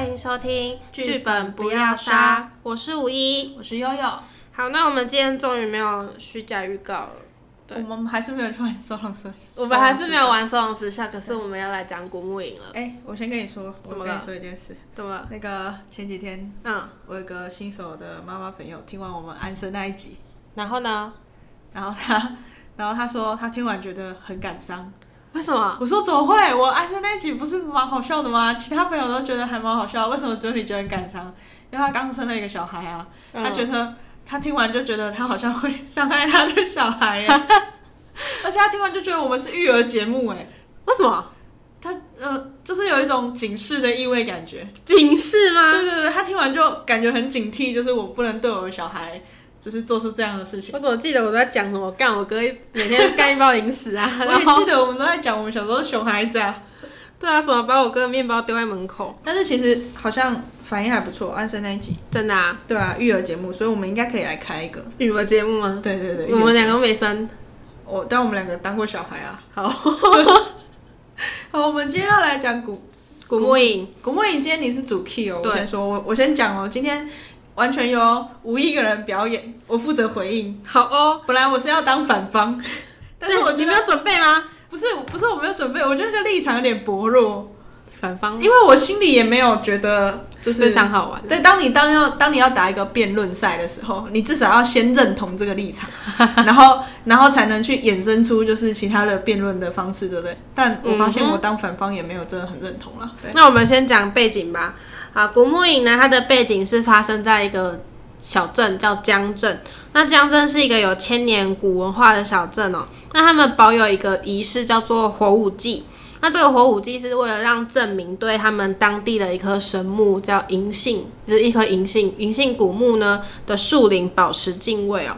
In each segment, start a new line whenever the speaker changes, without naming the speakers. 迎收听《
剧
剧本
本
不
不
要
要
杀
杀》，
我是五一。
我是悠悠，
好，那我们今天终于没有虚假预告了，对
我们还是没有去玩 solo 社，
我们还是没有。玩《收容时效》，可是我们要来讲古墓营了，
哎、我先跟你说，
怎么
我跟
了
你说一件事。
怎么了？
那个前几天，
嗯，
我有一个新手的妈妈朋友，听完我们安生那一集，
然后呢？
然后她， 然后她说她听完觉得很感伤。
为什么？
我说怎么会？我安生那一集不是蛮好笑的吗？其他朋友都觉得还蛮好笑，为什么只有你觉得很感伤？因为她刚生了一个小孩啊，
嗯
她觉得她听完就觉得她好像会伤害她的小孩耶，而且她听完就觉得我们是育儿节目哎。
为什么？
他呃，就是有一种警示的意味感觉。
警示吗？
对对对，他听完就感觉很警惕，就是我不能对我的小孩就是做出这样的 事情。
我怎么记得我在讲什么？干我哥一每天干一包零食 啊，
我
然
也
后
记得我们都在讲我们小时候熊孩子啊，
对啊，什么把我哥的面包丢在门口，
但是其实好像反应还不错，安生那一集。
真的啊？
对啊，育儿节目，所以我们应该可以来开一个。
语文节目吗？
对对对，
我们
育儿
两个没生，
我但我们两个当过小孩啊。
好，
好，我们今天要来讲古
古墓营，
古梦影，今天你是主 key 哦。
对
我先说，我我先讲哦，今天完全由吴一个人表演，我负责回应。
好哦。
本来我是要当 反方，但是我
你
觉
没
得
有准备吗？
不是不是我没有准备，我觉得那个立场有点薄弱，
反方
因为我心里也没有觉得就是
非常好玩。
对。当你当要当你要打一个辩论赛的时候，你至少要先认同这个立 场，然后然后才能去衍生出就是其他的辩论的方式，对不对？但我发现
嗯哼
我当反方也没有真的很认同了。对，
那我们先讲背景吧。啊，古墓营呢，它的背景是发生在一个小镇叫江镇。那江镇是一个有千年古文化的小镇哦。那他们保有一个仪式叫做火舞祭。那这个火舞祭是为了让镇民对他们当地的一棵神木叫银杏，就是一棵银杏银杏古木呢的树林保持敬畏哦。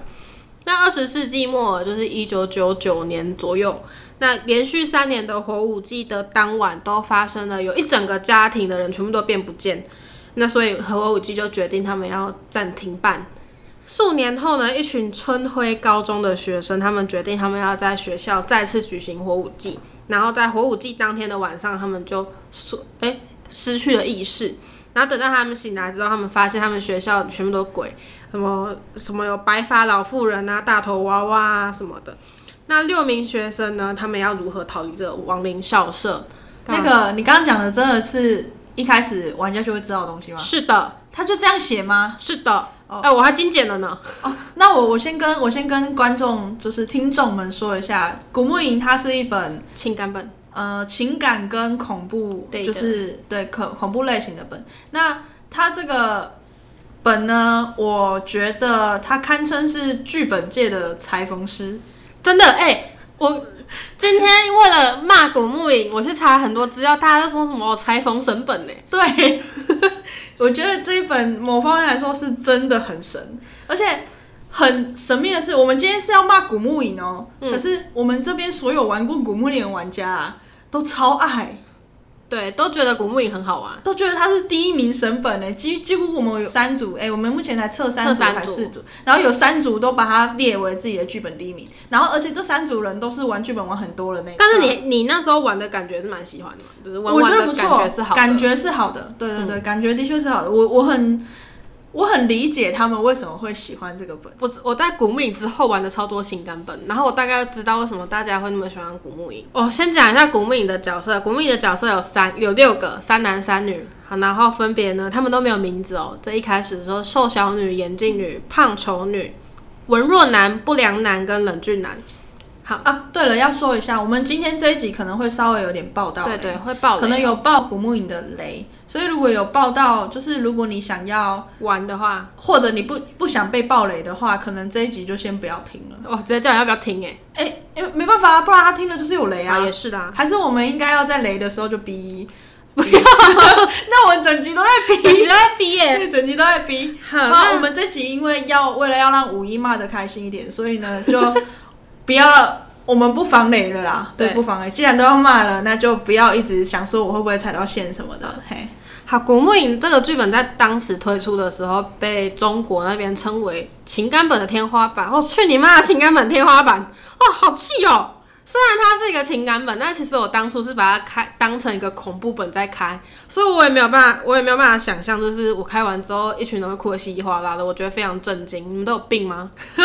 那二十世纪末，就是一九九九年左右，那连续三年的火舞祭的当晚，都发生了有一整个家庭的人全部都变不见。那所以火舞祭就决定他们要暂停办。数年后呢，一群春晖高中的学生，他们决定他们要在学校再次举行火舞祭。然后在火舞祭当天的晚上，他们就失哎失去了意识。然后等到他们醒来之后，他们发现他们学校全部都鬼，什么什么有白发老妇人啊、大头娃娃啊什么的。那六名学生呢？他们要如何逃离这个亡灵校舍？
那个你刚刚讲的真的是一开始玩家就会知道的东西吗？
是的，
他就这样写吗？
是的。哎、我还精简了呢。
那我我先跟我先跟观众就是听众们说一下，《古墓营》它是一本
情感本
呃情感跟恐怖，
对的
就是对恐恐怖类型的本。那它这个本呢，我觉得它堪称是剧本界的裁缝师。
真的哎、我今天为了骂古墓影，我去查很多资料，大家都说什么裁缝神本呢、
对，我觉得这一本某方面来说是真的很神，而且很神秘的是，我们今天是要骂古墓影哦，
嗯
可是我们这边所有玩过古墓影的玩家啊，都超爱。
对，都觉得古墓影很好玩。
都觉得他是第一名神本呢、几几乎我们有三组，哎、我们目前才测三
测
组
三
还
组
四组，然后有三组都把它列为自己的剧本第一名，然后而且这三组人都是玩剧本玩很多的那一种，
但是你你那时候玩的感觉是蛮喜欢的嘛，就是玩
我
玩
觉得
的
不
感
错，
觉是好的，嗯
感觉是好的，对对对，感觉的确是好的，我我很我很理解他们为什么会喜欢这个本，
我我在古墓影之后玩的超多情感本，然后我大概知道为什么大家会那么喜欢古墓影。哦，先讲一下古墓影的角色，古墓影的角色有三有六个，三男三女。好，然后分别呢，他们都没有名字哦。这一开始说瘦小女、眼镜女、胖丑女、文弱男、不良男跟冷峻男。好，
啊，对了，要说一下，我们今天这一集可能会稍微有点报道，
对对，会爆雷。哦
可能有爆古墓影的雷，所以如果有报道，就是如果你想要。
玩的话，
或者你不不想被暴雷的话，可能这一集就先不要听了。
哦，直接叫你要不要听哎、
哎、因为没办法啊，不然他听了就是有雷
啊，
啊。
也是的、 啊。
还是我们应该要在雷的时候就逼，不要， 那我们整集都在
你
逼，
直要毕业。
对，整集都在逼。
好，
那
那
我们这集因为要为了要让五一骂的开心一点，所以呢，就 不要了，我们不防雷了啦，对，
对
不防雷。既然都要骂了，那就不要一直想说我会不会踩到线什么的。嘿，
好，《古墓影》这个剧本在当时推出的时候，被中国那边称为情感本的天花板。哦，去你妈的情感本天花板！哦，好气哦！虽然它是一个情感本，但其实我当初是把它开当成一个恐怖本在开，所以我也没有办法，我也没有办法想象，就是我开完之后，一群人会哭得稀里哗啦的，我觉得非常震惊。你们都有病吗？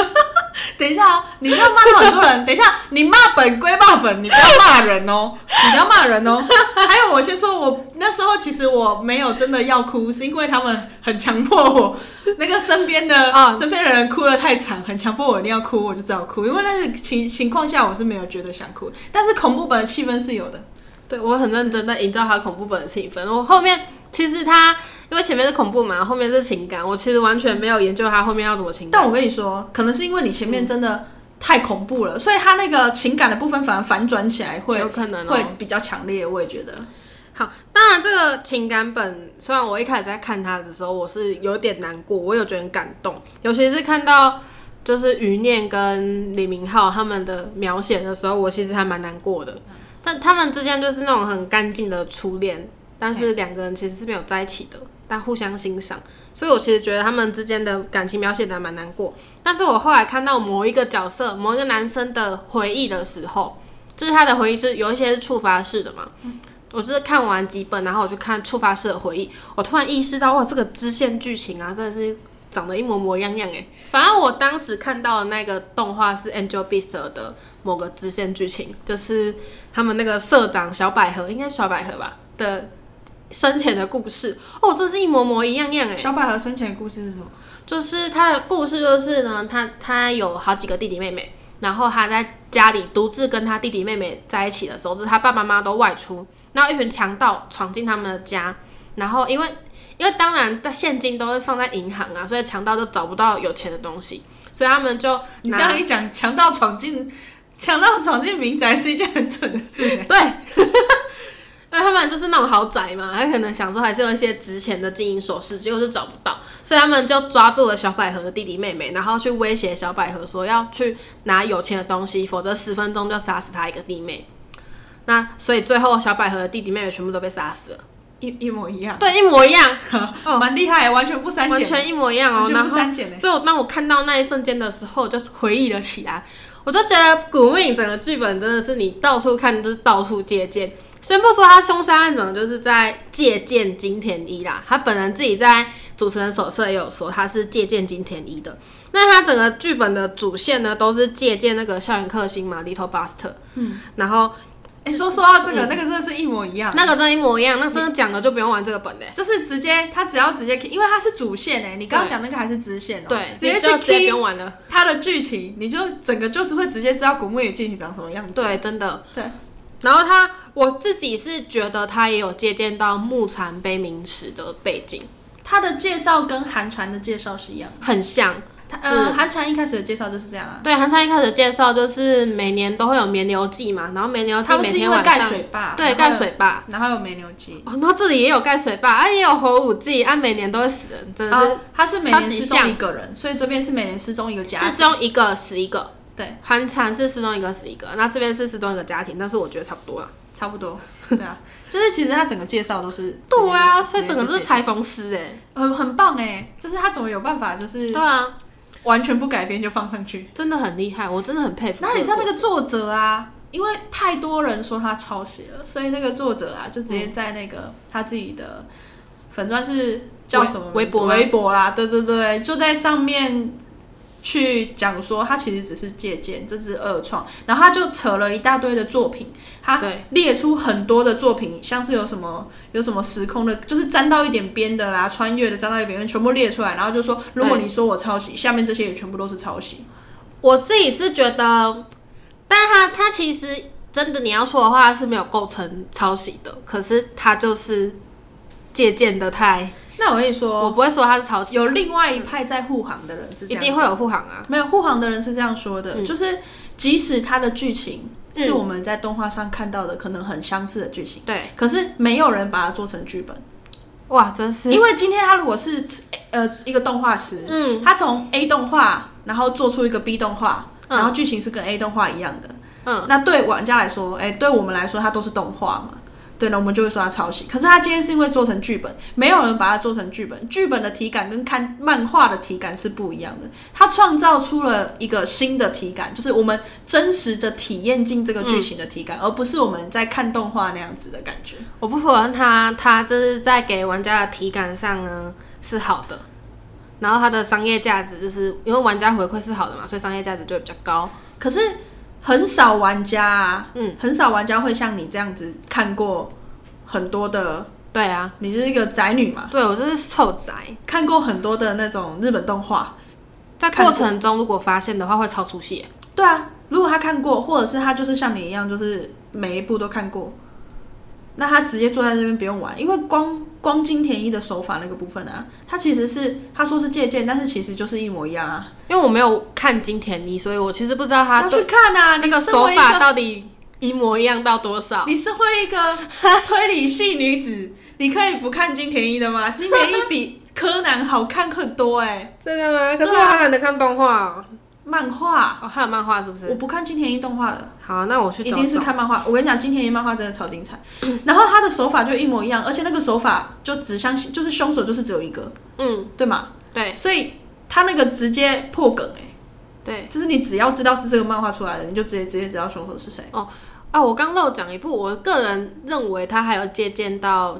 等一下哦，你要骂到很多人。等一下，你骂本归骂本，你不要骂人 哦，你不要骂人哦。还有，我先说，我那时候其实我没有真的要哭，是因为他们很强迫我。 那个身边的、
哦
身边的人哭的太惨，很强迫我一定要哭，我就只好哭。因为那个情情况下，我是没有觉得想哭，但是恐怖本的气氛是有的。
对我很认真在营造它恐怖本的气氛。我后面其实它因为前面是恐怖嘛，后面是情感，我其实完全没有研究它后面要怎么情感。
但我跟你说，可能是因为你前面真的太恐怖了，所以他那个情感的部分反而反转起来会
有可能哦
会比较强烈，我也觉得。
好，当然这个情感本，虽然我一开始在看它的时候，我是有点难过，我有觉得很感动，尤其是看到就是余念跟李明浩他们的描写的时候，我其实还蛮难过的。但他们之间就是那种很干净的初恋，但是两个人其实是没有在一起的，但互相欣赏，所以我其实觉得他们之间的感情描写的蛮难过。但是我后来看到某一个角色、某一个男生的回忆的时候，就是他的回忆是有一些是触发式的嘛，我就是看完几本，然后我去看触发式的回忆，我突然意识到，哇，这个支线剧情啊，真的是长得一模模一样样哎。反正我当时看到的那个动画是 Angel Beast 的某个支线剧情，就是他们那个社长小百合，应该是小百合吧的生前的故事。哦，这是一模模一样样哎。
小百合生前的故事是什么？
就是他的故事就是呢，他他有好几个弟弟妹妹，然后他在家里独自跟他弟弟妹妹在一起的时候，就是他爸爸妈妈都外出，然后一群强盗闯进他们的家，然后因为因为当然的现金都是放在银行啊，所以强盗就找不到有钱的东西，所以他们就
你
拿
这样一讲，强盗闯进强盗闯进民宅是一件很蠢的事。
对， 那他们就是那种豪宅嘛，他可能想说还是有一些值钱的金银首饰，结果就找不到，所以他们就抓住了小百合的弟弟妹妹，然后去威胁小百合说要去拿有钱的东西，否则十分钟就杀死他一个弟妹。那所以最后小百合的弟弟妹妹全部都被杀死了，
一一模一样，
对，一模一样，哦
蛮厉害，完全不删
完
减，
全一模一样哦
完。全
然
不
后
删减欸
所以我当我看到那一瞬间的时候，就是回忆了起来，我就觉得古墓影整个剧本真的是你到处看就是到处借鉴。先不说他凶杀案整个就是在借鉴金田一啦，他本人自己在主持人手册也有说他是借鉴金田一的。那他整个剧本的主线呢，都是借鉴那个校园克星嘛，Little Buster。嗯，然后
哎、说说到这个，那个真的是一模一样，
那个真的一模一样，那真的讲的就不用玩这个本嘞、
就是直接他只要直接，因为它是主线哎、你刚刚
对
讲那个还是支线哦、
对，
直接
你就直接不
去 key
用玩了。
它的剧情，你就整个就只会直接知道古墓野剧情长什么样子。
对，真的。
对，
然后他，我自己是觉得他也有借鉴到木禅悲明史的背景，
它的介绍跟韩传的介绍是一样的，
很像。
它呃韩传一开始的介绍就是这样啊，
对，韩灿一开始介绍就是每年都会有绵牛季嘛，然后绵牛季
他们
每
是因
天
为
晚
盖
上
水坝，
对
然
盖
后嗯有，
水坝。
然后有梅牛鸡。
哦，那这里也有盖水坝，啊，也有火舞季，啊，每年都会死人，真的是、
啊，他是每
哦超
年
级
失踪
像
一个人，所以这边是每年失踪一个家
失
庭
踪一个死一个。
对，
韩产是失踪一个死一个，那这边是失踪一个家庭，但是我觉得差不多了。
差不多，对啊，就是其实他整个介绍都是
对啊，
直接
所以整个是裁缝师哎、
很很棒哎，就是他怎么有办法就是
对啊，
完全不改编就放上去？
真的很厉害，我真的很佩服这
然
个作者。
后你知道那个作者啊，因为太多人说他抄袭了，所以那个作者啊就直接在那个他自己的粉钻是叫什么名字
微微博吗
微博啦，对对对，就在上面去讲说他其实只是借鉴，这只二创，然后他就扯了一大堆的作品，他
对
列出很多的作品，像是有什么有什么时空的，就是沾到一点边的啦，穿越的沾到一点边，全部列出来，然后就说如果
对
你说我抄袭，下面这些也全部都是抄袭，
我自己是觉得，但他他其实真的你要说的话是没有构成抄袭的，可是他就是借鉴的太，
那我跟你说，
我不会说他是抄袭，
哦有另外一派在护航的人是这
一
样，
定会嗯有护航啊。
没有护航的人是这样说的，就是即使它的剧情
嗯
是我们在动画上看到的，可能很相似的剧情，
对，
可是没有人把它做成剧本，
哇，真是，
因为今天他如果是呃一个动画师，
嗯，
他从 A 动画然后做出一个 B 动画，
嗯
然后剧情是跟 A 动画一样的，
嗯，
那对玩家来说，哎、对我们来说它都是动画嘛。对了，我们就会说他抄袭。可是他今天是因为做成剧本，没有人把它做成剧本。剧本的体感跟看漫画的体感是不一样的，他创造出了一个新的体感，就是我们真实的体验进这个剧情的体感，而不是我们在看动画那样子的感觉。
我不否认他，他这是在给玩家的体感上呢是好的，然后它的商业价值就是因为玩家回馈是好的嘛，所以商业价值就会比较高。
可是很少玩家啊，
嗯，
很少玩家会像你这样子看过很多的，
对啊，
你是一个宅女嘛，
对我就是臭宅，
看过很多的那种日本动画。
在
看
过
过
程中如果发现的话会超出戏耶，
对啊，如果他看过，或者是他就是像你一样，就是每一部都看过，那他直接坐在这边不用玩，因为光光金田一的手法那个部分啊，他其实是他说是借鉴，但是其实就是一模一样啊。
因为我没有看金田一，所以我其实不知道他
要
对
去看啊，
那
你
个
身为
手
一
法到底一模一样到多少。
你身为一个推理系女子，你可以不看金田一的 吗？金田一比柯南好看很多哎、
真的吗？
可是我好
懒得看动画哦。
漫画
哦，还有漫画是不
我
是？
不看金田一动画的。
好，那我去
一
找
定是
找。
看漫画。我跟你讲，金田一漫画真的超精 彩。然后他的手法就一模一样，而且那个手法就指向就是凶手就是只有一个，
嗯，
对吗？
对
所以他那个直接破梗哎、
对。
就是你只要知道是这个漫画出来的，你就直接直接知道凶手是谁。
啊，我刚漏讲一部，我个人认为他还有借鉴到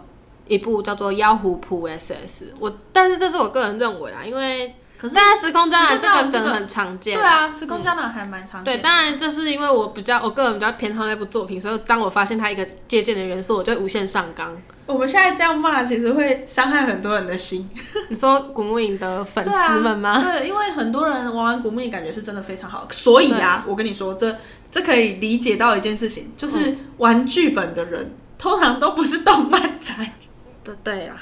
一部叫做《妖狐谱 SS》，我但是这是我个人认为啊，因为
可是
但是时空胶囊这
时
个
空胶囊这
梗
个
很常见
对。啊，时空胶囊还蛮常
对，
见的。
当然这是因为我比较，我个人比较偏好那部作品，所以当我发现它一个借鉴的元素，我就会无限上纲。
我们现在这样骂，其实会伤害很多人的心。
你说古墓影的粉丝们吗？
对,、因为很多人玩完古墓丽感觉是真的非常好，所以啊，我跟你说，这这可以理解到一件事情，
嗯
就是玩剧本的人、通常都不是动漫宅，
对对啊，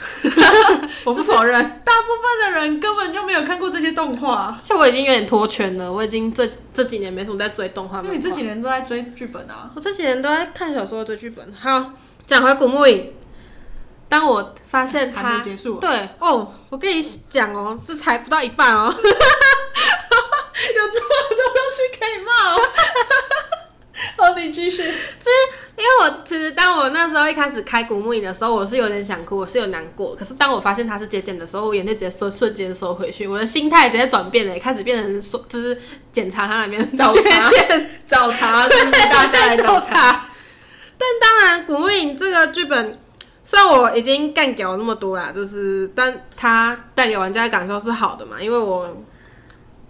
我不否认，大部分的人根本就没有看过这些动画，
而且我已经有点脱圈了，我已经这这几年没什么在追动画漫
因
画。
为你这几年都在追剧本啊。
我这几年都在看小说、追剧本。好，讲回古墓影，当我发现
还
他
没结束啊，
对哦，我跟你讲哦，这才不到一半哦。
有这么多东西可以骂哦。 好，你 继续。
因为我其实当我那时候一开始开古墓影的时候，我是有点想哭，我是有难过。可是当我发现它是接见的时候，我眼泪直接收瞬间收回去，我的心态直接转变了，开始变成说就是检查他那边
找
接
茬
见，
找茬，
啊
对不对？大家 来找茬。
茬。但当然，古墓影这个剧本，虽然我已经干掉那么多啦，就是但它带给玩家的感受是好的嘛，因为我。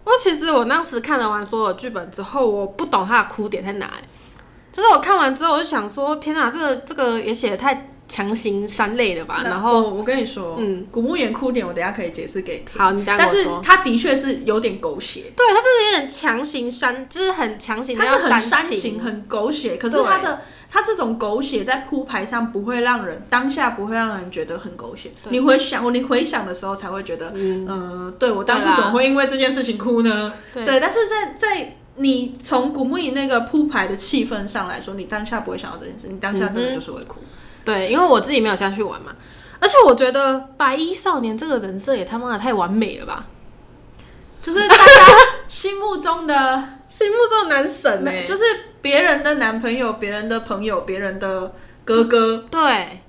我其实我当时看了完所有剧本之后，我不懂它的哭点在哪里。就是我看完之后，我就想说，天哪，这个这个也写的太强行煽泪了吧？
那
然后，
我我跟你说，
嗯
嗯，古墓眼哭点，我等一下可以解释给你听。
好，你待会
但
我
是
说。
他的确是有点狗血，
对，它就是有点强行煽，就是很强行的
他
要
是很煽
情
情、。很狗血。可是
对
他的他这种狗血在铺排上不会让人当下不会让人觉得很狗血。
对
你回想，你回想的时候才会觉得，嗯，对我当初
对啦
怎么会因为这件事情哭呢？
对
但是在在你从古墓影那个铺排的气氛上来说，你当下不会想到这件事，你当下真
嗯
的就是会 哭。
对，因为我自己没有下去玩嘛，而且我觉得白衣少年这个人设也他妈的太完美了吧，
就是大家心目中的
心目中的男神欸
没，
就
就是别人的男朋友、别人的朋友、别人的哥哥，
对，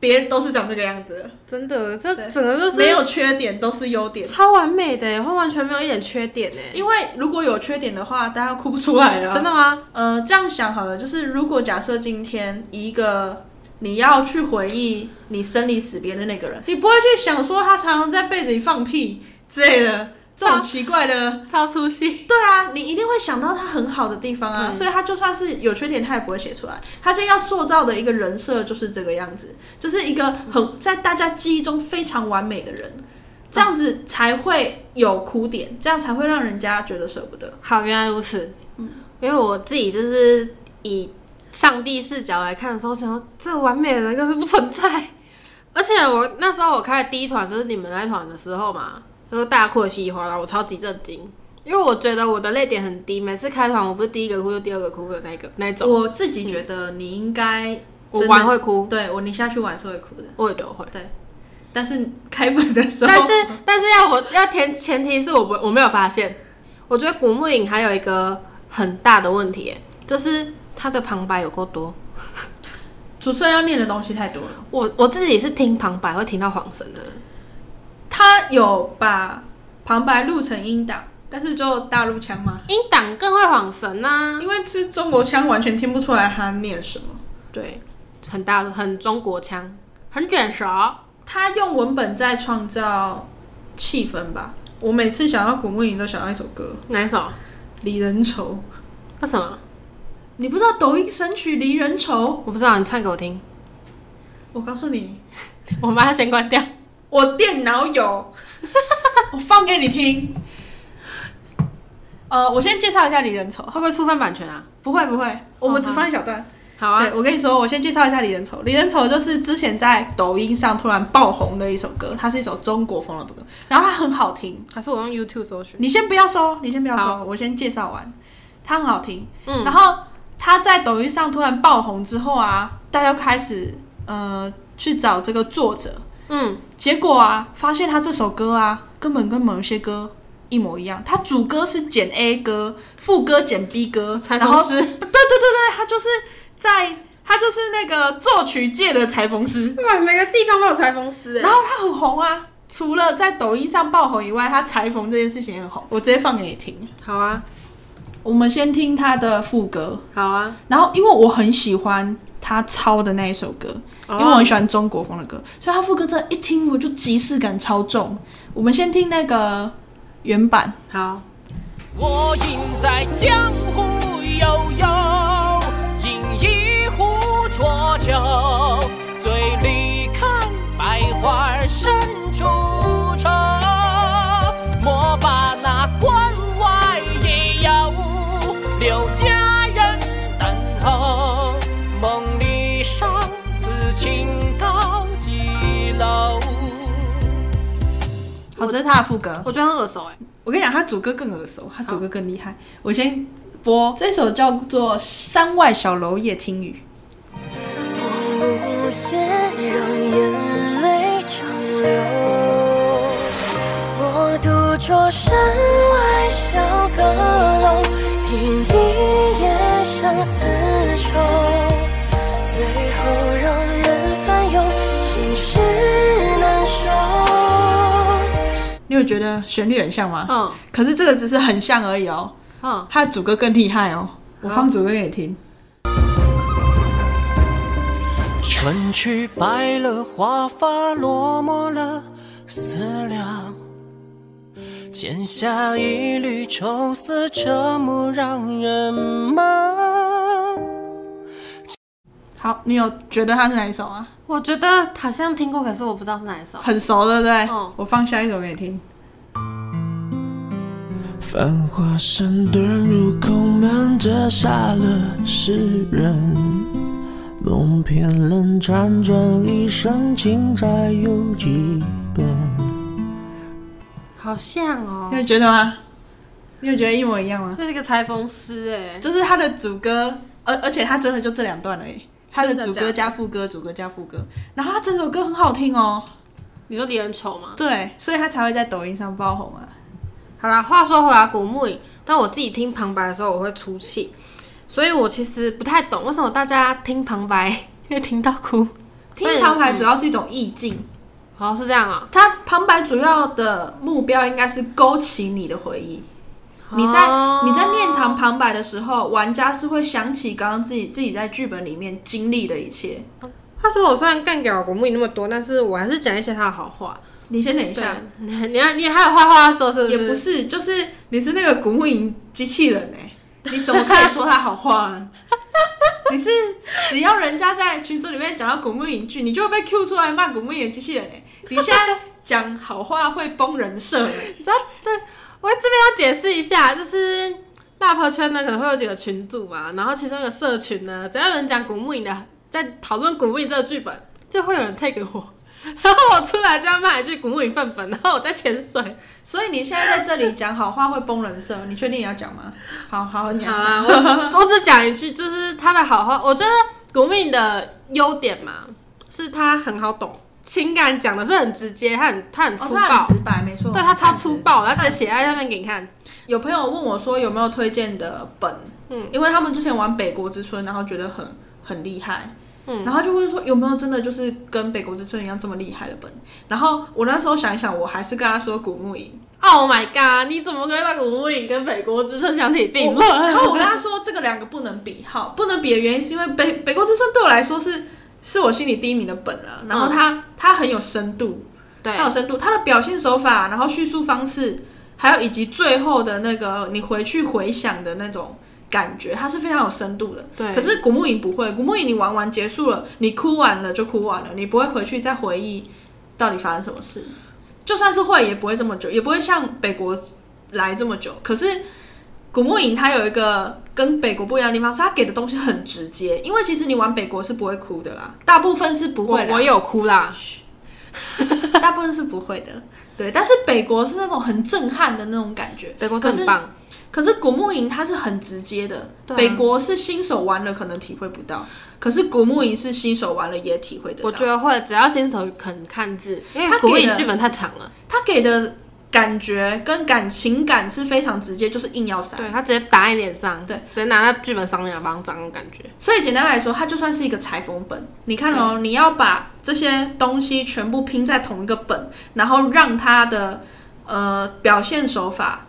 别人都是长这个样子，
真的，这
对
整个就
没
是
有缺点，都是优点。
超完美的耶，他完全没有一点缺点哎，
因为如果有缺点的话，大家哭不出来了。
真的吗？
呃，这样想好了，就是如果假设今天一个你要去回忆你生离死别的那个人，你不会去想说他常常在被子里放屁之类的这种奇怪的。
超出戏，
对啊，你一定会想到他很好的地方啊，
对
所以他就算是有缺点，他也不会写出来。他今天要塑造的一个人设就是这个样子，就是一个很在大家记忆中非常完美的人，这样子才会有哭点，这样才会让人家觉得舍不得。
好，原来如此，因为我自己就是以上帝视角来看的时候，想到这完美的人更是不存在， 而且我那时候我开的第一团就是你们那一团的时候嘛，就是大哭的稀里哗啦，我超级震惊。因为我觉得我的泪点很低，每次开团我不是第一个哭就第二个哭的那个那一种，
我自己觉得你应该，
我玩会哭，
对我你下去玩是会哭的，
我也觉得会。
但是开本的时候，
但是但是要我要前前提是我不我没有发现，我觉得古墓影还有一个很大的问题耶，就是它的旁白有够多。
主持人要念的东西太多了。
我我自己是听旁白会听到黄神的，
他有把旁白录成音档，但是就大陆腔嘛，
音档更会黄神啊呐、
因为是中国腔，完全听不出来他念什么。
对，很大很中国腔，很卷舌。
他用文本在创造气氛吧。我每次想到古墓营，都想到一首歌
哪一首？
《离人愁》，
那什么？
你不知道抖音神曲《离人愁》？
我不知道，你唱给我听。
我告诉你，
我妈先关掉。
我电脑 有，我放给你听。呃，我先介绍一下《离人愁》，
会不会触犯版权啊？
不会不会，我们只放一小段。
好啊，
对，我跟你说，我先介绍一下《离人愁》。《离人愁》就是之前在抖音上突然爆红的一首歌，它是一首中国风的歌，然后它很好听。
还是我用 YouTube 搜寻。
你先不要搜，你先不要
好
搜，我先介绍完，它很好听。
嗯，
然后它在抖音上突然爆红之后啊，大家就开始呃去找这个作者，
嗯，
结果啊，发现他这首歌啊，根本跟某些歌一模一样。他主歌是剪 A 歌，副歌剪 B 歌，
裁
然
缝
后
师
对对对对，他就是在他就是那个作曲界的裁缝师。
哇，每个地方都有裁缝师欸
然后他很红啊，除了在抖音上爆红以外，他裁缝这件事情也很红。我直接放给你听。
好啊，
我们先听他的副歌，
好啊，
然后因为我很喜欢他抄的那一首歌，因为我
哦
很喜欢中国风的歌，所以他副歌这一听我就即视感超重。我们先听那个原版，
好，
我饮在江湖悠悠，饮一壶浊酒，醉里看百花深处愁。莫把那关外野药物留佳人等候，梦里上此情高几楼。
好，这是他的副歌。
我觉得很耳熟哎。
我跟你讲，他主歌更耳熟，他主歌更厉害。我先播这首叫做《山外小楼夜听雨
光无限，让眼泪长流。我独酌山外小阁楼，饮一夜相思愁。最后让人烦忧，心事难收。》，
你有觉得旋律很像吗？
嗯
可是这个只是很像而已哦，
嗯，
他的主歌更厉害哦。我放主歌给你听。
春去白了，华发落寞了，思量。剪下一缕愁丝，折磨让人忙。
好，你有觉得他是哪一首啊？
我觉得好像听过，可是我不知道是哪一首。
很熟，对不对？
嗯
我放下一首给你听。
繁华山遁入空门，折煞了世人。梦偏冷，辗转一生，情债有几本？
好像哦
你，有觉得吗？你有觉得一模一样吗？
这是一个裁缝师哎。
就是他的主歌，而而且他真的就这两段而已，他的主
真的
歌
假
加副歌，主歌加副歌，然后他整首歌很好听哦，
你说离人丑吗？
对，所以他才会在抖音上爆红啊。
好啦，话说回来，古墓影，但我自己听旁白的时候我会出戏，所以我其实不太懂为什么大家听旁白 会听到哭。所以
听旁白主要是一种意境，
好像是这样啊、
它旁白主要的目标应该是勾起你的回忆。你在
哦
你在念堂旁白的时候，玩家是会想起刚刚自己自己在剧本里面经历的一切。
话说我虽然干掉古墓影那么多，但是我还是讲一些他的好话。
你先等一
对
下，，
你你还你还有坏话要说是不
也
是？
不是，就是你是那个古墓营机器人 哎、你怎么可以说他好话呢？你是只要人家在群组里面讲到古墓影剧，你就会被 Q 出来骂古墓影的机器人哎、你现在讲好话会崩人设、欸，
你知道，对，我这边要解释一下，就是大婆圈呢可能会有几个群组嘛，然后其中一个社群呢，只要有人讲古墓影的，在讨论古墓影这个剧本，就会有人 take 我， 然后我出来就要骂一句古墓影范本，然后我在潜水。
所以你现在在这里讲好话会崩人设，你确定你要讲吗？好好，你要
好啊
讲。哦
啦， 我我只讲一句，就是他的好话，我觉得古墓影的优点嘛，是他很好懂，情感讲的是很直接，他很他很
哦，
粗
他
暴。
很直白，没错。
对他超粗暴，他直接写在下面给你看。
有朋友问我说有没有推荐的本，
嗯
嗯，因为他们之前玩《北国之春》，然后觉得很很厉害，
嗯
然后就问说有没有真的就是跟北国之春一样这么厉害的本？然后我那时候想一想，我还是跟他说古 木影，
Oh my god！你怎么可以把古墓影跟北国之春相提并
我
论？
然后我跟他说这个两个不能比，好，不能比的原因是因为北北国之春对我来说是是我心里第一名的本了，
嗯
然后它它很有深度，
对
它有深度，它的表现手法，然后叙述方式，还有以及最后的那个你回去回想的那种感觉，它是非常有深度的。
对
可是古墓影不会，古墓影你玩完结束了，你哭完了就哭完了，你不会回去再回忆到底发生什么事。就算是会，也不会这么久，也不会像北国来这么久。可是古墓影它有一个跟北国不一样的地方，是它给的东西很直接。因为其实你玩北国是不会哭的啊啦，大部分是不
我
会啦。
我有哭啦，
大部分是不会的。对，但是北国是那种很震撼的那种感觉。
北国
可
真
是
的很棒。
可是古墓营它是很直接的，
对啊
北国是新手玩了可能体会不到，可是古墓营是新手玩了也体会得到。
我觉得会，只要新手肯看字，因为
他
古墓
给
影
的
剧本太长了，
他给的感觉跟感情感是非常直接，就是硬要塞。
对他直接打你脸上，
对，
直接拿在剧本上面两帮张的感觉。
所以简单来说，它就算是一个裁缝本。你看哦，你要把这些东西全部拼在同一个本，然后让它的呃表现手法、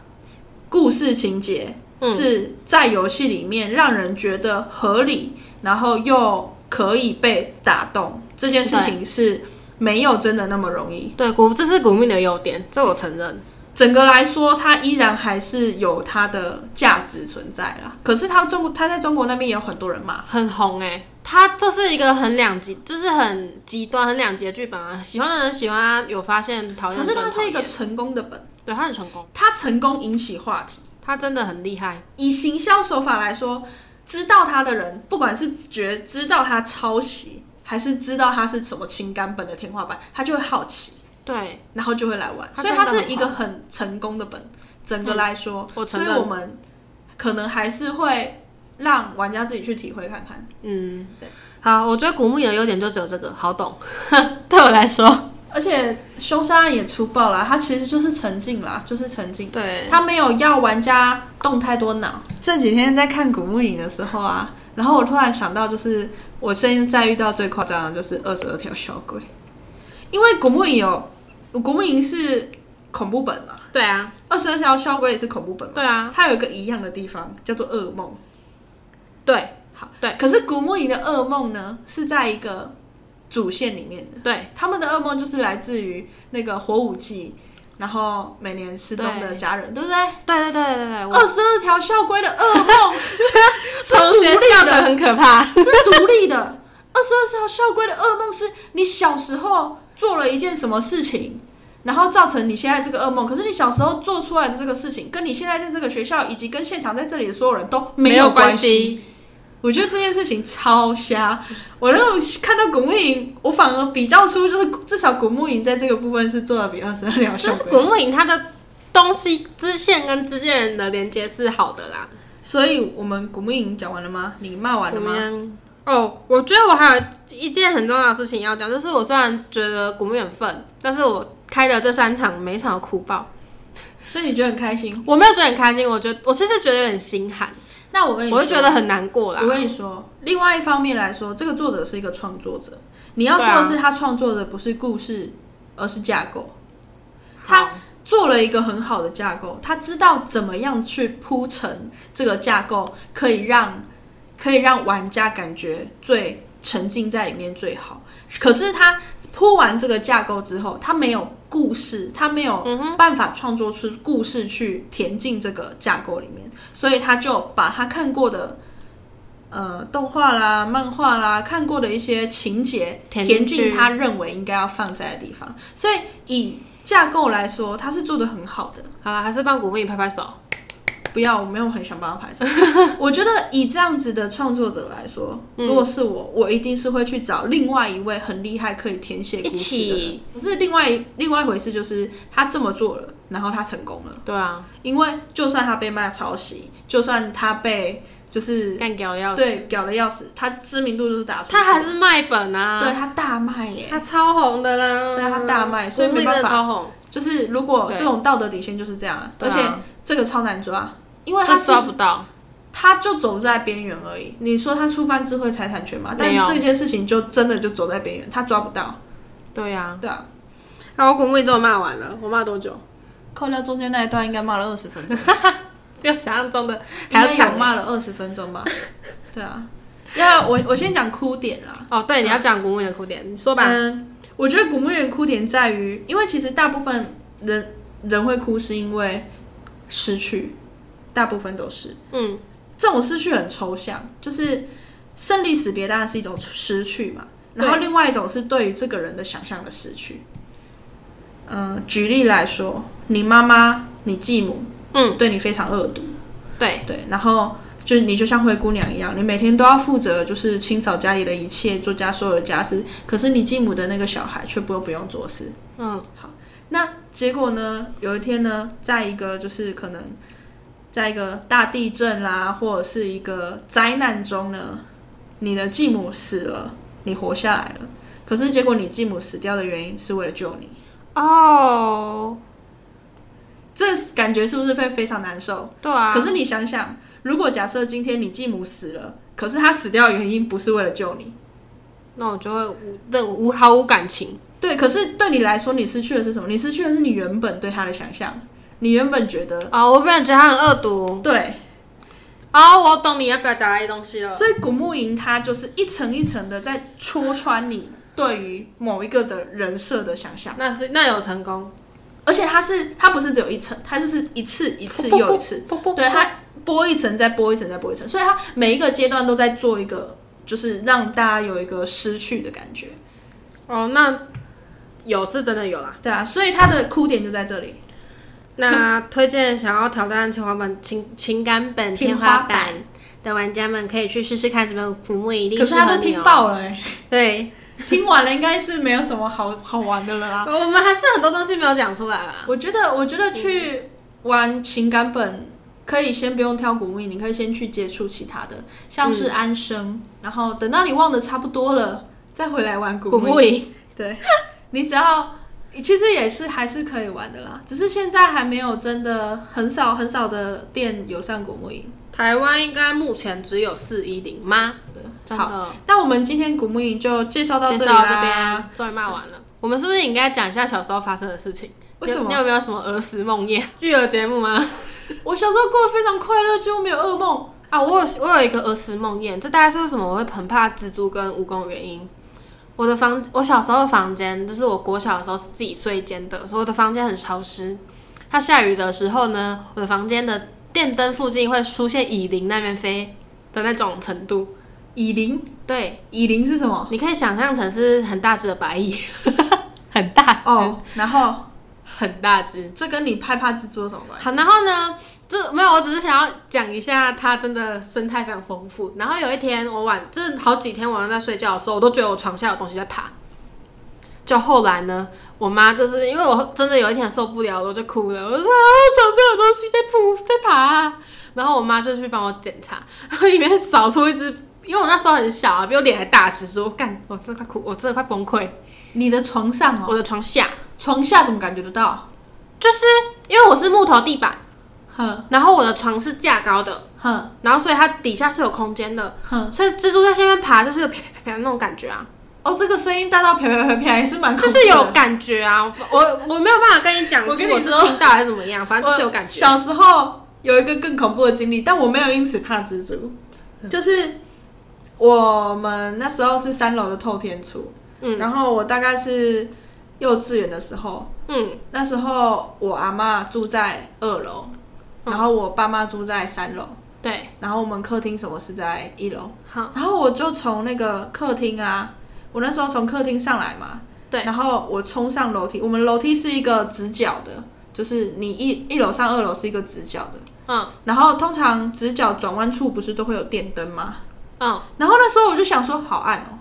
故事情节
嗯
是在游戏里面让人觉得合理，然后又可以被打动，这件事情是没有真的那么容易。
对，古这是古墓影的优点，这我承认。
整个来说，它依然还是有它的价值存在啦。可是它中它在中国那边也有很多人骂，
很红哎、它就是一个很两极，就是很极端、很两极的剧本啊。喜欢的人喜欢啊，有发现讨厌
可
的
是
人讨
它
厌。
是一个成功的本。
对它很成功，
他成功引起话题。
它真的很厉害。
以行销手法来说，知道他的人，不管是觉知道他抄袭，还是知道他是什么情感本的天花板，他就会好奇，
对，
然后就会来玩。
他
所以
真的
它
很嗯
是一个很成功的本，整个来说，
我
所
承
以
认
我们可能还是会让玩家自己去体会看看。
嗯
对，
好，我觉得古墓影的优点就只有这个，好懂。对我来说，
而且凶杀案也粗暴啦，它其实就是沉浸啦，就是沉浸。
对
他没有要玩家动太多脑。这几天在看古墓影的时候啊，然后我突然想到，就是我现在遇到最夸张的就是二十二条小鬼，因为古墓影有古墓影是恐怖本嘛，
对啊，
二十二条小鬼也是恐怖本嘛，
对啊，
它有一个一样的地方叫做噩梦。
对
好，
对
可是古墓影的噩梦呢，是在一个主线里面的。
对
他们的噩梦就是来自于那个火舞季，然后每年失踪的
对
家人，对不对？
对对对对对，
二
我
十二条校规的噩梦是
同学笑
独
得
立的，
很可怕。
是独立 的。二十二条校规的噩梦是你小时候做了一件什么事情，然后造成你现在这个噩梦。可是你小时候做出来的这个事情，跟你现在在这个学校以及跟现场在这里的所有人都没有关
关
系。，我觉得这件事情超瞎。我那种看到古墓营，我反而比较出，就是至少古墓营在这个部分是做的比二十二条校
就是
规
古墓影它的东西支线跟支线的连接是好的啦。
所以我们古墓营讲完了吗？你骂完
怎
了吗
么？样？哦，我觉得我还有一件很重要的事情要讲，就是我虽然觉得古墓很愤，但是我开的这三场每一场都哭爆，
所以你觉得很开心？
我没有觉得很开心，我觉得我其实觉得有点心寒，
那我跟你说，
我就觉得很难过啦
我。跟你说，另外一方面来说，这个作者是一个创作者，你要说
对啊
的是他创作的不是故事，而是架构。
好
他做了一个很好的架构，他知道怎么样去铺陈这个架构，可以让可以让玩家感觉最沉浸在里面最好。可是他铺完这个架构之后，他没有故事，他没有
嗯哼
办法创作出故事去填进这个架构里面，所以他就把他看过的。呃，动画啦、漫画啦，看过的一些情节
填
填
进去
进他认为应该要放在的地方，所以以架构来说，他是做的很好的。
好了，还是帮古墓影拍拍手。
不要，我没有很想帮 他拍手。我觉得以这样子的创作者来说，
嗯
如果是我，我一定是会去找另外一位很厉害可以填写故
一
事的人
起。
可是另外另外一回事就是他这么做了，然后他成功了。
对啊，
因为就算他被骂抄袭，就算他被就是
干掉要死，
对搞的要死，他知名度就是打出去了
他还是卖本啊，
对，他大卖耶、
他超红的啦，
对他大卖所以
古墓影
没办法
真的超红，
就是如果
对
这种道德底线就是这样啊，
对
而
啊
且这个超难抓，因为他
这
是
抓不到，
他就走在边缘而已。你说他触犯智慧财产权吗？但
没有
这件事情就真的就走在边缘，他抓不到。
对呀、
对啊，
然后我滚木已经骂完了，我骂多久？
扣掉中间那一 段，应该骂了二十分钟，
比我想象中的
应
还要
该有
长
骂了二十分钟吧？对啊，要我我先讲哭点啦。
哦，对，你要讲古墓的哭点，你说吧。
嗯，我觉得古墓园哭点在于，因为其实大部分人人会哭是因为失去，大部分都是
嗯，
这种失去很抽象，就是生离死别当然是一种失去嘛，然后
对
另外一种是对于这个人的想象的失去。嗯、举例来说，你妈妈、你继母，
嗯，
对你非常恶毒，
对，
对，然后就是你就像灰姑娘一样，你每天都要负责就是清扫家里的一切，做家所有的家事。可是你继母的那个小孩却不不用做事。
嗯
那结果呢？有一天呢，在一个就是可能在一个大地震啦，或者是一个灾难中呢，你的继母死了，你活下来了。可是结果你继母死掉的原因是为了救你，
哦，
这感觉是不是会非常难受？
对啊，
可是你想想，如果假设今天你继母死了，可是她死掉的原因不是为了救你，
那我就会无那无毫无感情。
对，可是对你来说，你失去的是什么？你失去的是你原本对她的想象，你原本觉得
哦，我本来觉得他很恶毒。
对，
哦，我懂你要表达的东西了。
所以古墓营它就是一层一层的在戳穿你对于某一个的人设的想象，
那是那有成功，
而且它是它不是只有一层，它就是一次一次又一次，
噗噗噗噗噗
对它剥一层再剥一层再剥一层，所以它每一个阶段都在做一个，就是让大家有一个失去的感觉。
哦，那有是真的有啦。
对啊，所以他的哭点就在这里。
那推荐想要挑战情花板情情感本
天
天
花
花
板
板的玩家们，可以去试试看，这本浮木一定
可是
适
他
合
都
你
听
哦。
爆了、欸，
对，
听完了应该是没有什么好好玩的了啦。
我们还是很多东西没有讲出来啦。
我觉得，我觉得去玩情感本可以先不用挑古墓，你可以先去接触其他的，像
嗯
是安生，然后等到你忘得差不多了，再回来玩古
古
墓
木。营，
对， 你只要其实也是还是可以玩的啦，只是现在还没有真的很少很少的店有上古墓营。
台湾应该目前只有四一零吗？真
好，
的，
那我们今天古墓营就介绍到
介
这里
绍到
啦。
这边，终于骂完了。我们是不是应该讲一下小时候发生的事情？
为什么
你有你有没有什么儿时梦魇？ 育儿节目吗？
我小时候过得非常快乐，几乎没有噩梦。
啊，我有我有一个儿时梦魇，这大概是为什么我会很怕蜘蛛跟蜈蚣的原因。我的房，我小时候的房间，就是我国小的时候是自己睡一间的，所以我的房间很潮湿。它下雨的时候呢，我的房间的电灯附近会出现蚁灵那边飞的那种程度。
蚁灵，
对，
蚁灵是什么？
你可以想象成是很大只的白蚁， 很大只，
哦，然后
很大只。
这跟你害怕蜘蛛有什么关系？
好，然后呢，这没有，我只是想要讲一下，它真的生态非常丰富。然后有一天我晚，就是好几天晚上在睡觉的时候，我都觉得我床下有东西在爬。就后来呢，我妈就是因为我真的有一天受不了了，我就哭了，我说啊，我床上有东西在扑在爬啊、然后我妈就去帮我检查，然后里面扫出一只，因为我那时候很小啊，比我脸还大只，说干，我真的快哭，我真的快崩溃，
你的床上
我
哦，
的床下
床下怎么感觉得到？
就是因为我是木头地板，
哼
然后我的床是架高的。
哼
然后所以它底下是有空间的，
哼！
所以蜘蛛在下面爬就是有啪啪啪啪那种感觉啊，
哦，这个声音大到啪啪啪啪，也是蛮恐
就
怖的
是有。感觉啊。我我没有办法跟你讲，
我跟你
我是
说
听到还是怎么样，反正
我
啊就是有感觉。
小时候有一个更恐怖的经历，但我没有因此怕蜘蛛，
嗯
就是我们那时候是三楼的透天处，
嗯
然后我大概是幼稚园的时候，
嗯
那时候我阿妈住在二楼，
嗯
然后我爸妈住在三楼，
对，
然后我们客厅什么是在一楼，
好
然后我就从那个客厅啊，我那时候从客厅上来嘛，
对
然后我冲上楼梯，我们楼梯是一个直角的，就是你一一楼上二楼是一个直角的，
嗯
然后通常直角转弯处不是都会有电灯吗？
嗯
然后那时候我就想说好暗哦，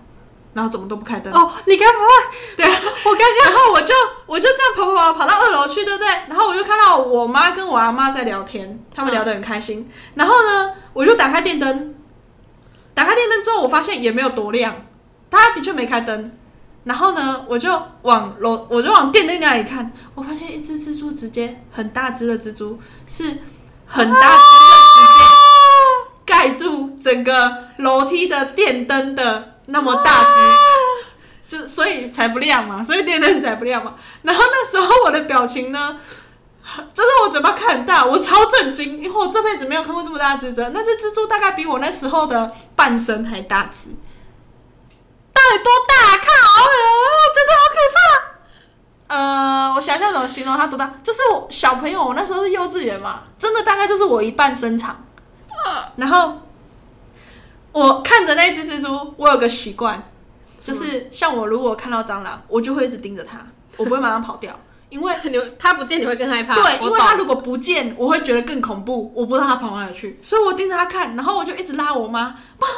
然后怎么都不开灯，
哦，你该不会
对，啊我刚刚，然后我就我就这样跑跑跑跑到二楼去，对不对？然后我就看到我妈跟我阿妈在聊天，他们聊得很开心。然后呢，我就打开电灯，打开电灯之后，我发现也没有多亮，它的确没开灯。然后呢，我就往楼，我就往电灯那里看，我发现一只蜘蛛直接很大只的蜘蛛，是很大只的直接盖住整个楼梯的电灯的那么大只，就所以才不亮嘛，所以电灯才不亮嘛。然后那时候我的表情呢，就是我嘴巴开很大，我超震惊，因为我这辈子没有看过这么大只的。那只蜘蛛大概比我那时候的半身还大只，到底多大、啊？看，哎呦，真的好可怕！呃，我想想怎么形容它多大，就是我小朋友，我那时候是幼稚园嘛，真的大概就是我一半身长。然后我看着那只蜘蛛，我有个习惯，就是像我如果看到蟑螂，我就会一直盯着它，我不会马上跑掉，因为
你他不见你会更害怕，
对，因
我
为它如
懂。
果不见，我会觉得更恐怖，我不知道它跑哪里去，所以我盯着它看，然后我就一直拉我妈，妈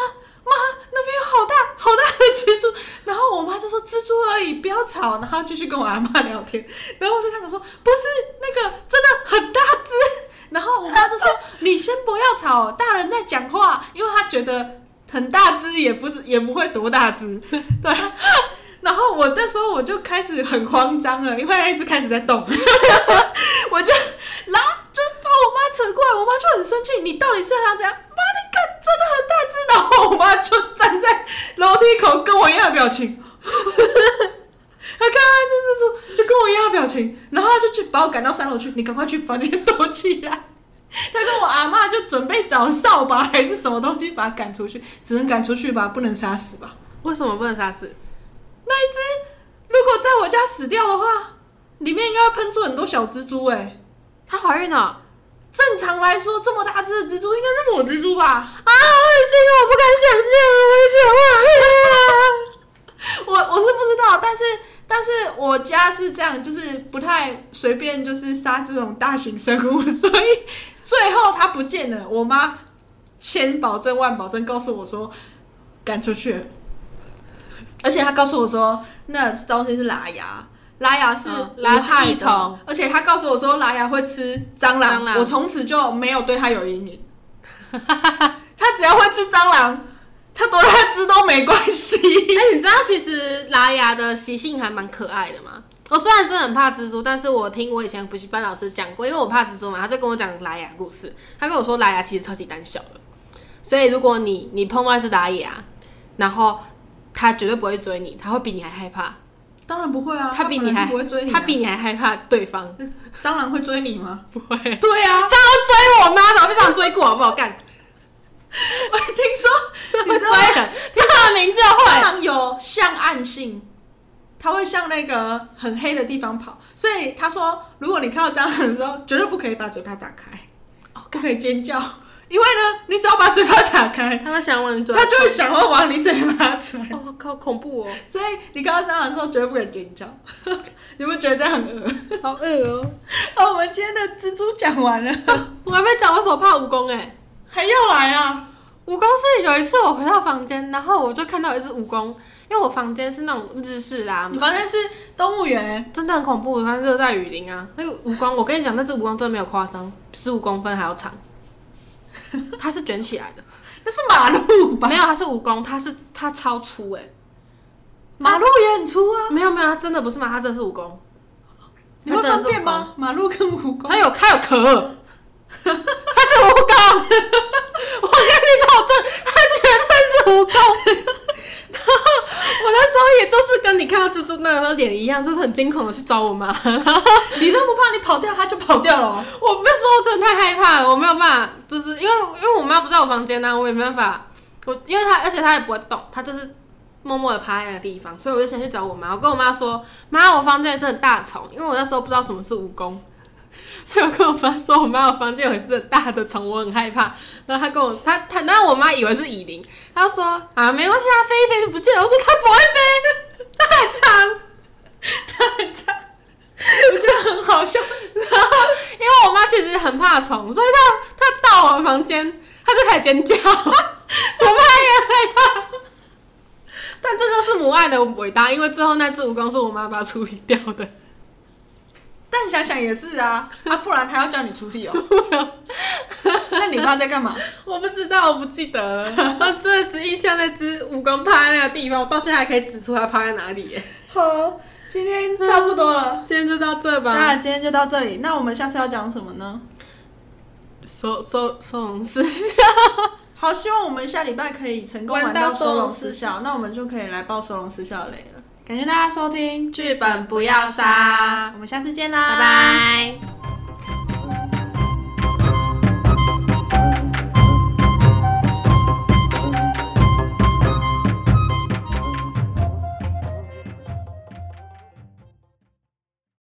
妈，那边有好大好大的蜘蛛，然后我妈就说蜘蛛而已，不要吵，然后继续跟我阿妈聊天，然后我就看着说不是那个真的很大只，然后我妈就说 你先不要吵，大人在讲话，因为她觉得很大只也不是也不会多大只，对。 然后我那时候我就开始很慌张了，因为它一直开始在动， 我就拉就把我妈扯过来，我妈就很生气，你到底是想怎样？妈，你看真的很大只，然后我妈就站在楼梯口跟我一样的表情， 她看到这只蜘蛛就跟我一样的表情，然后她就去把我赶到三楼去，你赶快去房间躲起来。她跟我阿妈就准备找扫把还是什么东西把它赶出去，只能赶出去吧，不能杀死吧。
为什么不能杀死？
那一只如果在我家死掉的话，里面应该会喷出很多小蜘蛛哎、
她怀孕了 啊！
正常来说，这么大只的蜘蛛应该是母蜘蛛吧？
好恶心，啊我不敢想象，
我我是不知道，但是但是我家是这样，就是不太随便，就是杀这种大型生物，所以最后它不见了。我妈千保证万保证告诉我说，赶出去了。而且她告诉我说，那东西是拉牙，拉牙是
嗯
无
拉是
害
益
的
虫
而且她告诉我说，拉牙会吃蟑螂，
蟑螂
我从此就没有对它有阴影。它只要会吃蟑螂，它多大只都没关系。
哎、你知道其实拉牙的习性还蛮可爱的吗？我虽然真的很怕蜘蛛，但是我听我以前补习班老师讲过，因为我怕蜘蛛嘛，他就跟我讲拉牙故事。他跟我说拉牙其实超级胆小的，所以如果你你碰到一只拉牙，然后它绝对不会追你，它会比你还害怕，
当然不会啊，
它比你
本来
还
就不会追你、啊，
它比你还害怕对 方。
蟑螂会追你吗？
不会，这样
对啊，
都追我妈的，我被这样追过好不好？ 干，
我听说你
会
知 道
追的，听他的名就会
蟑。螂有向暗性，它会向那个很黑的地方跑，所以他说，如果你看到蟑螂的时候，绝对不可以把嘴巴打开，
哦
不可以尖叫，因为呢，你只要把嘴巴打开，
他会想往你追，
它就会想要往你嘴巴钻。
哦，好恐怖哦，
所以你看到蟑螂的时候，绝对不可以尖叫。 你们觉得这样很恶？
好饿哦。
好，我们今天的蜘蛛讲完了，
我还没讲我手怕蜈蚣哎、
还要来啊？
蜈蚣是有一次我回到房间，然后我就看到一只蜈蚣，因为我房间是那种日式啦
你，房间是动物园，
真的很恐怖，它热带雨林啊。那个蜈蚣，我跟你讲，那只蜈蚣真的没有夸张，十五公分还要 长，它是卷起来 的，
那是马路吧
没？有，它是蜈蚣，它是它超粗哎、
马路也很粗啊，
没有没有，它真的不是嘛，它真的是蜈蚣，
你
它
会
真的
分
是
辨
蜈蚣
吗？马路跟蜈蚣
它？有它有壳，它 是蜈蚣， 我跟你保证，它绝对是蜈蚣。 然后我那时候也就是跟你看到蜘蛛那个脸一样，就是很惊恐的去找我妈。然后
你都不怕你跑掉，它就跑掉了哦、
我那时候真的太害怕了，我没有办法，就是因为因为我妈不在我房间啊呢、我也没办法，我因为她而且她也不会动，她就是默默的趴在那个地方，所以我就先去找我妈。我跟我妈说：“妈，我房间有真的大虫，因为我那时候不知道什么是蜈蚣。” 所以我跟我妈说，我妈我房间有一只很大的虫，我很害怕。然后她跟我，她她，然后我妈以为是蚁灵，她说啊没关系，啊，飞一飞就不见了。我说它不会飞， 它很长。
我觉得很好笑。
然后 因为我妈其实很怕虫，所以她她到我房间，她就开始 尖叫，我妈也害怕。但这就是母爱的伟大，因为最后那只蜈蚣是我妈把它处理掉的。
但想想也是 啊，啊，不然他要叫你出 力哦。那你爸在干嘛？
我不知道，我不记得了。我真的只印象那只蜈蚣趴在那个地方，我到现在还可以指出它趴在哪里耶。
好，今天差不多了，
今天就到这
那
吧。
今天就到这里。那我们下次要讲什么呢？
收收收容失效，
好，希望我们下礼拜可以成功
玩
玩
到
到
收
收
容
容
失
失效，那我们就可以来爆收容失效的雷了。
感谢大家收听，
剧本不要杀
我，们下次见啦，
拜拜。